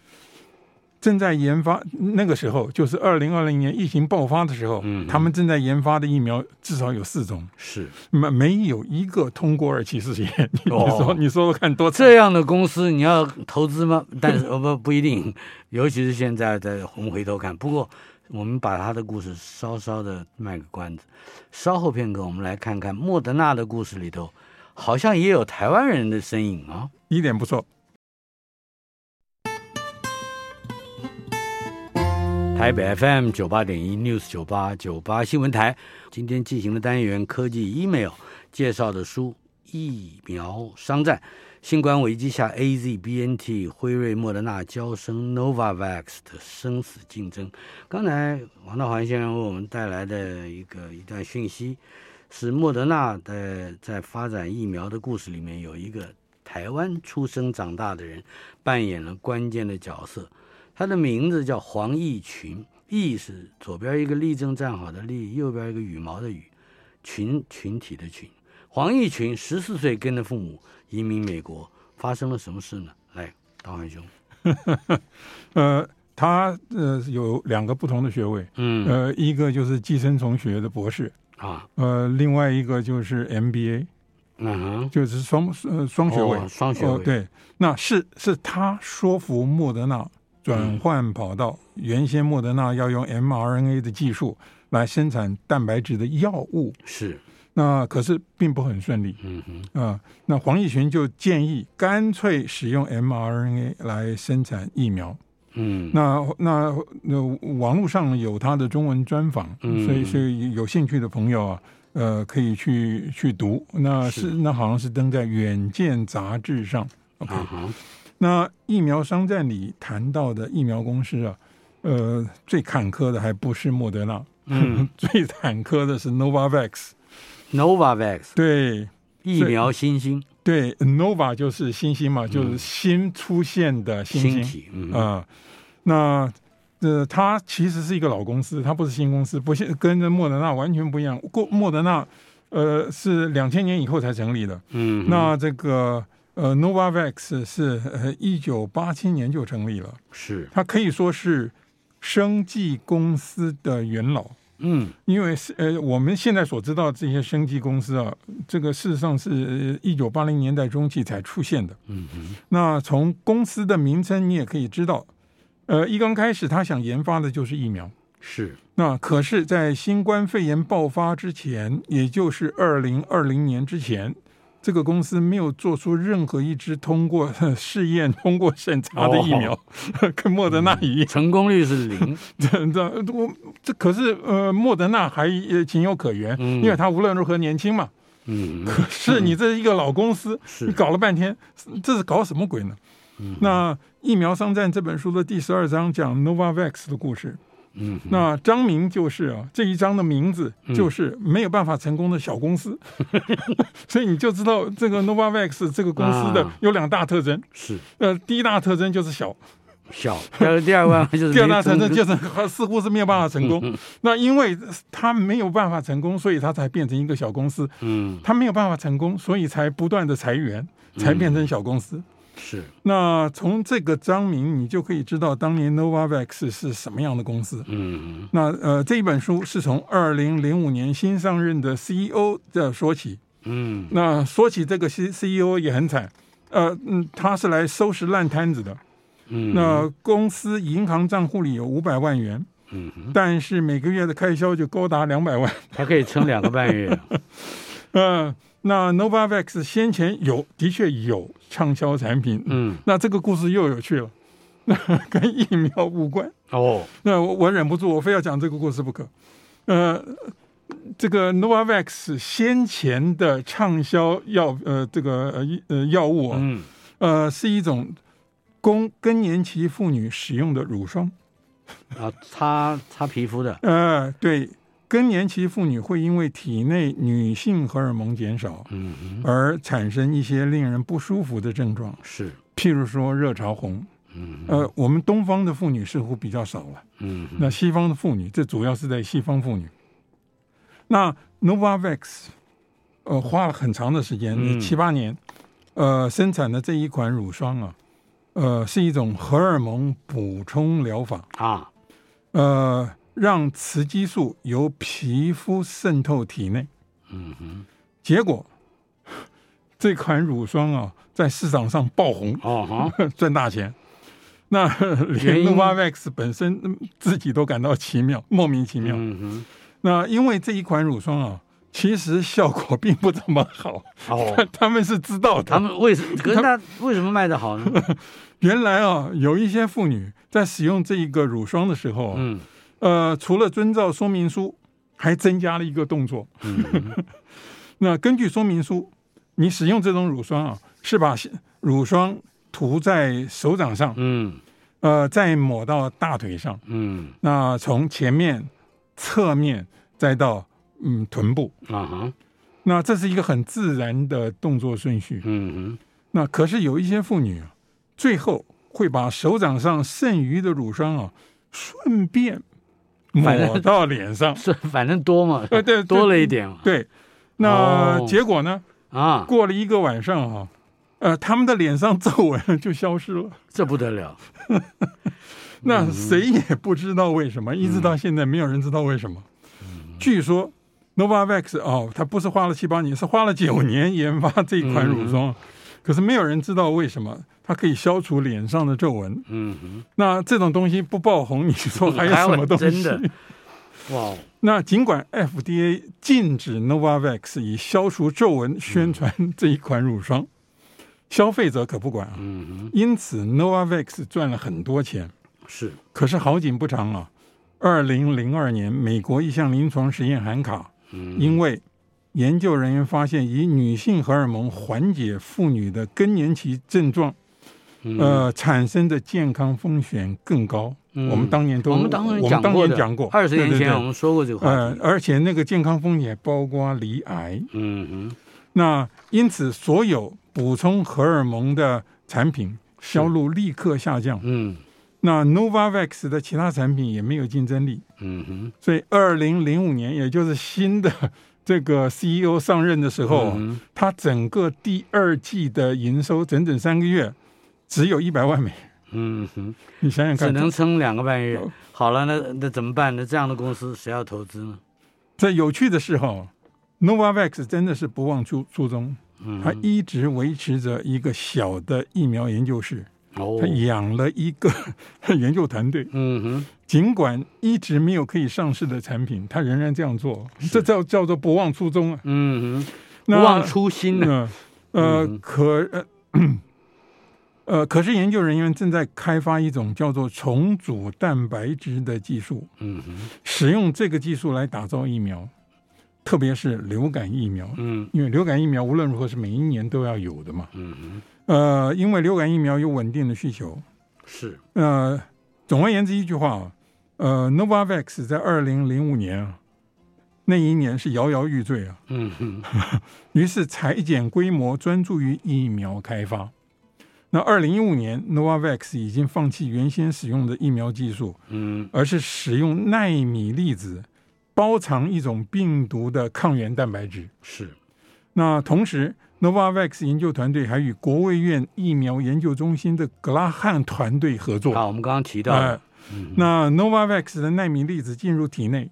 Speaker 3: 正在研发那个时候，就是二零二零年疫情爆发的时候，
Speaker 2: 嗯
Speaker 3: 他们正在研发的疫苗至少有四种，
Speaker 2: 是
Speaker 3: 没没有一个通过二期试验。 你
Speaker 2: 哦
Speaker 3: 你说你说说看多惨？
Speaker 2: 这样的公司你要投资吗？但是呃不不一定，尤其是现在在我们回头看。不过我们把他的故事稍稍的卖个关子，稍后片刻我们来看看莫德纳的故事里头，好像也有台湾人的身影啊。
Speaker 3: 一点不错。
Speaker 2: 台北 FM 九八点一 News 九八九八新闻台，今天进行的单元科技 email 介绍的书《疫苗商战》，新冠危机下 A Z B N T、辉瑞、莫德纳、交生、Novavax 的生死竞争。刚才王道环先生为我们带来的一个一段讯息，是莫德纳的在发展疫苗的故事里面有一个台湾出生长大的人扮演了关键的角色。他的名字叫黄义群，义是左边一个立正站好的立，右边一个羽毛的羽，群群体的群。黄义群十四岁跟着父母移民美国，发生了什么事呢？来，大环兄，
Speaker 3: 呃，他呃有两个不同的学位，
Speaker 2: 嗯
Speaker 3: 呃，一个就是寄生虫学的博士，
Speaker 2: 啊，
Speaker 3: 呃，另外一个就是 MBA，
Speaker 2: 嗯哼，
Speaker 3: 就是双呃双学位。
Speaker 2: 哦双学位，
Speaker 3: 哦，，对，那是是他说服莫德纳转换跑道，原先莫德纳要用 mRNA 的技术来生产蛋白质的药物，
Speaker 2: 是，
Speaker 3: 那可是并不很顺利
Speaker 2: 嗯哼，
Speaker 3: 啊、那黄义群就建议干脆使用 mRNA 来生产疫苗。
Speaker 2: 嗯，
Speaker 3: 那那那网络上有他的中文专访，
Speaker 2: 嗯
Speaker 3: 所以所以有兴趣的朋友啊，呃，可以去去读。那是
Speaker 2: 是
Speaker 3: 那好像是登在《远见》杂志上。OK，、
Speaker 2: 啊哈，
Speaker 3: 那疫苗商战里谈到的疫苗公司啊，呃，最坎坷的还不是莫德纳，
Speaker 2: 嗯
Speaker 3: 最坎坷的是 Novavax。
Speaker 2: ，Novavax
Speaker 3: 对
Speaker 2: 疫苗新星
Speaker 3: 对，Nova 就是新星嘛，就是新出现的新星。
Speaker 2: 新嗯体，嗯
Speaker 3: 啊、那呃，它其实是一个老公司，它不是新公司，不是跟着莫德纳完全不一样。过莫德纳呃是两千年以后才成立的，
Speaker 2: 嗯，
Speaker 3: 那这个呃 Novavax 是呃一九八七年就成立了，
Speaker 2: 是，
Speaker 3: 它可以说是生技公司的元老。
Speaker 2: 嗯
Speaker 3: 因为是呃，我们现在所知道这些生技公司啊，这个事实上是呃一九八零年代中期才出现的。
Speaker 2: 嗯哼，
Speaker 3: 那从公司的名称你也可以知道，呃，一刚开始他想研发的就是疫苗。
Speaker 2: 是，
Speaker 3: 那可是，在新冠肺炎爆发之前，也就是二零二零年之前，这个公司没有做出任何一支通过 呵试验、通过审查的疫苗，
Speaker 2: 哦
Speaker 3: 跟莫德纳一样。
Speaker 2: 成功率是零，
Speaker 3: 这这我这可是呃，莫德纳还也情有可原，
Speaker 2: 嗯
Speaker 3: 因为他无论如何年轻 嘛。
Speaker 2: 嗯，
Speaker 3: 可是你这是一个老公司，
Speaker 2: 是嗯
Speaker 3: 你搞了半天，这是搞什么鬼呢？那《疫苗商战》这本书的第十二章讲 Novavax 的故事。
Speaker 2: 嗯，
Speaker 3: 那章名就是啊，这一章的名字就是没有办法成功的小 公司，所以你就知道这个 Novavax 这个公司的
Speaker 2: 啊
Speaker 3: 有两大特征。
Speaker 2: 是。
Speaker 3: 呃，第一大特征就是小，
Speaker 2: 小，但是第二关就是
Speaker 3: 第二
Speaker 2: 没嗯
Speaker 3: 大特
Speaker 2: 成
Speaker 3: 征
Speaker 2: 功
Speaker 3: 就是它 似乎是没有办法成功。那因为它没有办法成功，所以它才变成一个小公司。
Speaker 2: 嗯
Speaker 3: 它没有办法成功，所以才不断的裁员，才变
Speaker 2: 嗯
Speaker 3: 成小公司。
Speaker 2: 是
Speaker 3: 那从这个章名，你就可以知道当年 Novavax 是什么样的公司。
Speaker 2: 嗯
Speaker 3: 那呃，这一本书是从二零零五年新上任的 CEO 的说起。
Speaker 2: 嗯
Speaker 3: 那说起这个 C CEO 也很惨，呃嗯，他是来收拾烂摊子的。
Speaker 2: 嗯
Speaker 3: 那公司银行账户里有五百万元，
Speaker 2: 嗯哼，
Speaker 3: 但是每个月的开销就高达两百万。
Speaker 2: 还可以撑两个半月，
Speaker 3: 呃，那 Novavax 先前有的确有畅销产品，
Speaker 2: 嗯
Speaker 3: 那这个故事又有趣了， 那跟疫苗无关。
Speaker 2: 哦，
Speaker 3: 那我我忍不住，我非要讲这个故事不可。呃，这个 Novavax 先前的畅销药，呃，这个呃一呃药物啊，
Speaker 2: 嗯
Speaker 3: 呃，是一种供更年期妇女使用的乳霜。
Speaker 2: 啊，擦擦皮肤的，
Speaker 3: 呃，对，更年期妇女会因为体内女性荷尔蒙减少
Speaker 2: 嗯哼，
Speaker 3: 而产生一些令人不舒服的症状，
Speaker 2: 是，
Speaker 3: 譬如说热潮红。
Speaker 2: 嗯
Speaker 3: 呃，我们东方的妇女似乎比较少了，
Speaker 2: 嗯哼，
Speaker 3: 那西方的妇女，这主要是在西方妇女。那 Novavax，呃，花了很长的时间，
Speaker 2: 嗯
Speaker 3: 七八年，呃，生产的这一款乳霜啊，呃，是一种荷尔蒙补充疗法。
Speaker 2: 啊，
Speaker 3: 呃，让雌激素由皮肤渗透体内。
Speaker 2: 嗯哼，
Speaker 3: 结果，这款乳霜啊，在市场上爆红，
Speaker 2: 哦哈，
Speaker 3: 赚大钱。那
Speaker 2: 原
Speaker 3: 连
Speaker 2: 因
Speaker 3: Novavax 本身嗯自己都感到奇妙，莫名其妙。
Speaker 2: 嗯
Speaker 3: 那因为这一款乳霜啊，其实效果并不怎么好，
Speaker 2: 哼，哦，
Speaker 3: 他们是知道的。
Speaker 2: 他们为什可是那为什么卖的好呢？
Speaker 3: 原来啊，有一些妇女在使用这一个乳霜的时候啊，
Speaker 2: 嗯
Speaker 3: 呃，除了遵照说明书，还增加了一个动作。
Speaker 2: 嗯哼
Speaker 3: 那根据说明书，你使用这种乳霜啊，是把乳霜涂在手掌上，
Speaker 2: 嗯
Speaker 3: 呃，再抹到大腿上，
Speaker 2: 嗯
Speaker 3: 那从前面、侧面再到嗯臀部，
Speaker 2: 啊哈，
Speaker 3: 那这是一个很自然的动作顺序。
Speaker 2: 嗯
Speaker 3: 那可是有一些妇女啊，最后会把手掌上剩余的乳霜啊，顺便
Speaker 2: 反正
Speaker 3: 抹到脸上
Speaker 2: 哼，。是反正多 嘛，
Speaker 3: 呃，对，对
Speaker 2: 多了一点嘛，
Speaker 3: 对。那
Speaker 2: 哦
Speaker 3: 结果呢？
Speaker 2: 啊，
Speaker 3: 过了一个晚上哈、呃，他们的脸上皱纹就消失了。
Speaker 2: 这不得了，
Speaker 3: 那谁也不知道为什么，一直到现在没有人知道为什么。
Speaker 2: 嗯
Speaker 3: 据说 Novavax 哦，它不是花了七八年，是花了九年研发这
Speaker 2: 嗯
Speaker 3: 款乳霜，可是没有人知道为什么它可以消除脸上的皱纹。
Speaker 2: 嗯哼，
Speaker 3: 那这种东西不爆红，你说还有
Speaker 2: 还
Speaker 3: 什么东
Speaker 2: 真
Speaker 3: 西？
Speaker 2: 的，哇哦，
Speaker 3: 那尽管 FDA 禁止 Novavax 以消除皱纹宣传这一款乳霜，消费者可不管啊。
Speaker 2: 嗯
Speaker 3: 因此，Novavax 赚了很多钱。
Speaker 2: 哼，是，
Speaker 3: 可是好景不长啊，二零零二年，美国一项临床实验喊卡，
Speaker 2: 嗯
Speaker 3: 因为研究人员发现，以女性荷尔蒙缓解妇女的更年期症状，
Speaker 2: 嗯
Speaker 3: 呃，产生的健康风险更高。
Speaker 2: 嗯
Speaker 3: 我们当年都
Speaker 2: 我们当
Speaker 3: 我
Speaker 2: 年
Speaker 3: 们
Speaker 2: 讲
Speaker 3: 当
Speaker 2: 过
Speaker 3: 年
Speaker 2: 的，
Speaker 3: 讲过，
Speaker 2: 二十年
Speaker 3: 对对
Speaker 2: 前
Speaker 3: 对
Speaker 2: 我们说过这个话
Speaker 3: 呃
Speaker 2: 题，，
Speaker 3: 而且那个健康风险包括离癌。
Speaker 2: 嗯哼，
Speaker 3: 那因此，所有补充荷尔蒙的产品销路立刻下降。
Speaker 2: 嗯
Speaker 3: 那 Novavax 的其他产品也没有竞争力，
Speaker 2: 嗯哼，
Speaker 3: 所以二零零五年，也就是新的 这个 CEO 上任的时候，
Speaker 2: 嗯
Speaker 3: 他整个第二季的营收整整三个月只有一百万美元，
Speaker 2: 嗯哼。
Speaker 3: 你想想
Speaker 2: 只
Speaker 3: 看，
Speaker 2: 能撑两个半月
Speaker 3: 哦。
Speaker 2: 好了，那那怎么办呢？这样的公司谁要投资呢？
Speaker 3: 这有趣的是哈，Novavax 真的是不忘初初衷，
Speaker 2: 嗯
Speaker 3: 他一直维持着一个小的疫苗研究室，
Speaker 2: 哦
Speaker 3: 他，养了一个 研究团队，
Speaker 2: 嗯哼，
Speaker 3: 尽管一直没有可以上市的产品，他仍然这样做，这叫叫做不忘初衷啊。
Speaker 2: 嗯哼，不
Speaker 3: 那
Speaker 2: 忘初心呢。
Speaker 3: 嗯呃
Speaker 2: 嗯，
Speaker 3: 可呃呃，可是研究人员正在开发一种叫做重组蛋白质的技术，
Speaker 2: 嗯哼，
Speaker 3: 使用这个技术来打造疫苗，特别是流感疫苗，
Speaker 2: 嗯
Speaker 3: 因为流感疫苗无论如何是每一年都要有的嘛。
Speaker 2: 嗯
Speaker 3: 呃，因为流感疫苗有稳定的需求。
Speaker 2: 哼，是，
Speaker 3: 呃，总而言之，一句话啊，呃，Novavax 在二零零五年啊，那一年是摇摇欲坠啊，
Speaker 2: 嗯哼，
Speaker 3: 于是裁减规模，专注于疫苗开发。那二零一五年，Novavax 已经放弃原先使用的疫苗技术，
Speaker 2: 嗯
Speaker 3: 而是使用纳米粒子包藏一种病毒的抗原蛋白质。
Speaker 2: 是，
Speaker 3: 那同时，Novavax 研究团队还与国卫院疫苗研究中心的格拉汉团队合作。
Speaker 2: 啊，我们刚刚提到
Speaker 3: 呃
Speaker 2: 的，嗯哼
Speaker 3: 那 Novavax 的纳米粒子进入体内，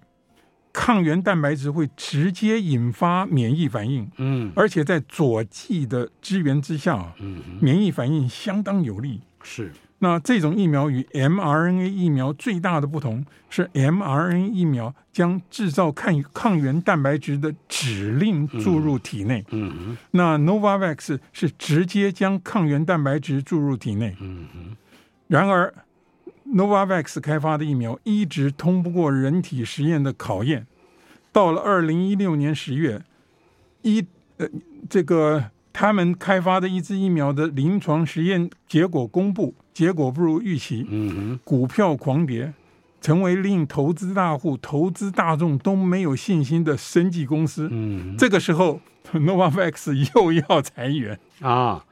Speaker 3: 抗原蛋白质会直接引发免疫反应，
Speaker 2: 嗯
Speaker 3: 而且在佐剂的支援之下啊，
Speaker 2: 嗯哼，
Speaker 3: 免疫反应相当有力。
Speaker 2: 是，
Speaker 3: 那这种疫苗与 mRNA 疫苗最大的不同是，mRNA 疫苗将制造抗抗原蛋白质的指令注入体内，
Speaker 2: 嗯哼，
Speaker 3: 那 Novavax 是直接将抗原蛋白质注入体内。
Speaker 2: 嗯哼，
Speaker 3: 然而，Novavax 开发的疫苗一直通不过人体实验的考验。到了二零一六年十月，一呃，这个他们开发的一支疫苗的临床实验结果公布，结果不如预期，
Speaker 2: 嗯哼，
Speaker 3: 股票狂跌，成为令投资大户、投资大众都没有信心的生技公司。
Speaker 2: 嗯
Speaker 3: 这个时候，Novavax 又要裁员。
Speaker 2: 啊，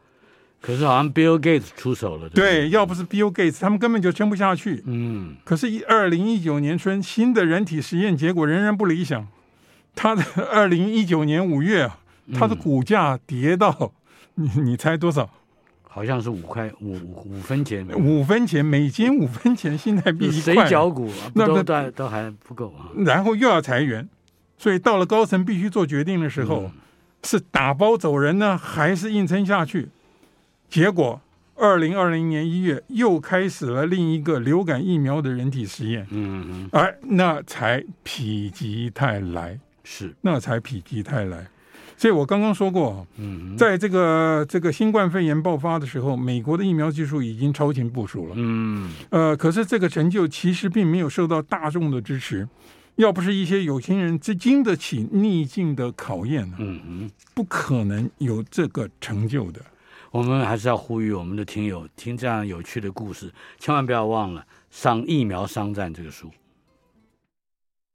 Speaker 2: 可是好像 Bill Gates 出手了，不
Speaker 3: 对，要不是 Bill Gates，他们根本就撑不下去。
Speaker 2: 嗯
Speaker 3: 可是，一二零一九年春，新的人体实验结果仍然不理想。它的 二零一九年五月啊，它的股价跌到，你你猜多少？
Speaker 2: 好像是五块五五五分钱，
Speaker 3: 五分钱，美金五分钱，新台币
Speaker 2: 有
Speaker 3: 一
Speaker 2: 水
Speaker 3: 块。
Speaker 2: 饺股啊
Speaker 3: 那
Speaker 2: 都
Speaker 3: 那
Speaker 2: 都都还不够啊，
Speaker 3: 然后又要裁员，所以到了高层必须做决定的时候，是打包走人呢，还是硬撑下去？结果，二零二零年一月又开始了另一个流感疫苗的人体实验，
Speaker 2: 嗯嗯
Speaker 3: 而那才否极泰来，
Speaker 2: 是，
Speaker 3: 那才否极泰来。所以我刚刚说过，
Speaker 2: 嗯
Speaker 3: 在这个这个新冠肺炎爆发的时候，美国的疫苗技术已经超前部署了。
Speaker 2: 嗯
Speaker 3: 呃，可是这个成就其实并没有受到大众的支持，要不是一些有心人之经得起逆境的考验呢，
Speaker 2: 嗯嗯。
Speaker 3: 不可能有这个成就的。
Speaker 2: 我们还是要呼吁我们的听友听这样有趣的故事，千万不要忘了《上疫苗商战》这个书。